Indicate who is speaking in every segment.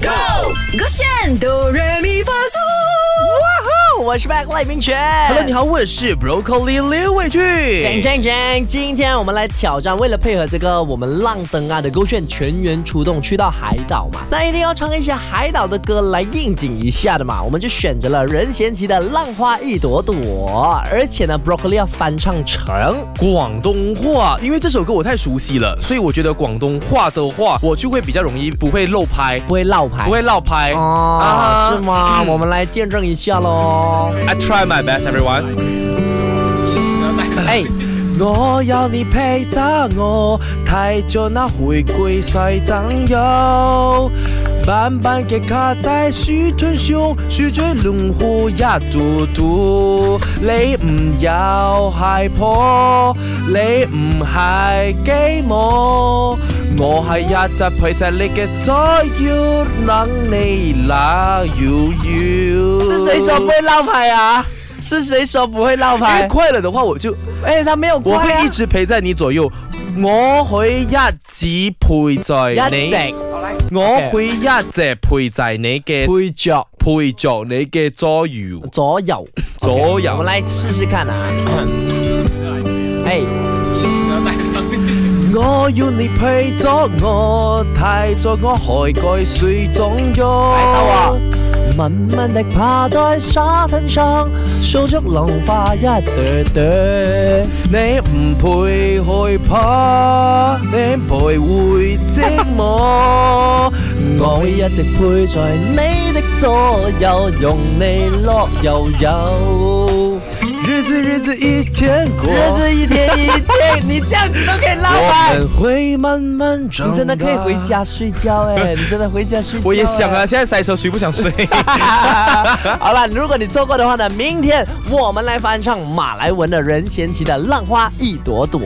Speaker 1: Go！勾选哆来咪发嗦，
Speaker 2: 哇吼！我是 Back 赖明全。
Speaker 3: Hello，你好，我是 Broccoli 刘伟俊。
Speaker 2: Jang Jang Jang，今天我们来挑战，为了配合这个我们浪登啊的勾选全员出动去到海岛嘛，那一定要唱一些海岛的歌来应景一下的嘛，我们就选择了任贤齐的《浪花一朵朵》，而且呢，Broccoli 要翻唱成
Speaker 3: 广东话，因为这首歌我太熟悉了，所以我觉得广东话的话，我就会比较容易不会漏拍，
Speaker 2: 不会落牌，
Speaker 3: 不会落拍。
Speaker 2: 哎哦，
Speaker 3: 啊
Speaker 2: 是吗？
Speaker 3: 嗯
Speaker 2: 我们来见证一下 喽。
Speaker 3: I try my best, everyone.
Speaker 2: 哎，
Speaker 3: 我有你陪着我，睇着那回歸水中游。板板嘅卡仔，樹吞胸，樹嘴龍虎一嘟嘟。你唔有係婆，你唔係基母，我係一隻陪着你嘅左右，能你拉搖搖。
Speaker 2: 是谁说不会落牌啊？是谁说不会落
Speaker 3: 因為
Speaker 2: 牌？
Speaker 3: 快了的话，我就。
Speaker 2: 哎，他没有
Speaker 3: 我
Speaker 2: 怪啊、
Speaker 3: 会一直陪在你左右，我会一直陪在
Speaker 2: 一
Speaker 3: 你，
Speaker 2: 直
Speaker 3: 我会一直陪在你嘅
Speaker 2: 配着
Speaker 3: 陪着你嘅左右。
Speaker 2: 左右
Speaker 3: 左右
Speaker 2: OK，我们来试试看啊。哎，
Speaker 3: 我要你陪着我，睇着我海蓋水中
Speaker 2: 啊
Speaker 3: 游。
Speaker 2: 慢慢地爬在沙滩上，數着浪花一朵朵。
Speaker 3: 你唔配害怕，你陪會寂 寞。
Speaker 2: 我會一直陪在你的左右，用你樂悠悠。
Speaker 3: 日子日子一天过，
Speaker 2: 日子一天一天，你这样子都可以拉
Speaker 3: 我
Speaker 2: 牌。
Speaker 3: 们会慢慢长大。
Speaker 2: 你真的可以回家睡觉哎、 你真的回家睡觉、
Speaker 3: 我也想啊，
Speaker 2: 哎。
Speaker 3: 现在塞车，谁不想睡？
Speaker 2: 好了，如果你错过的话呢，明天哎我们来翻唱马来文的任贤齐的《浪花一朵朵》，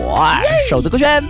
Speaker 2: 守着歌圈。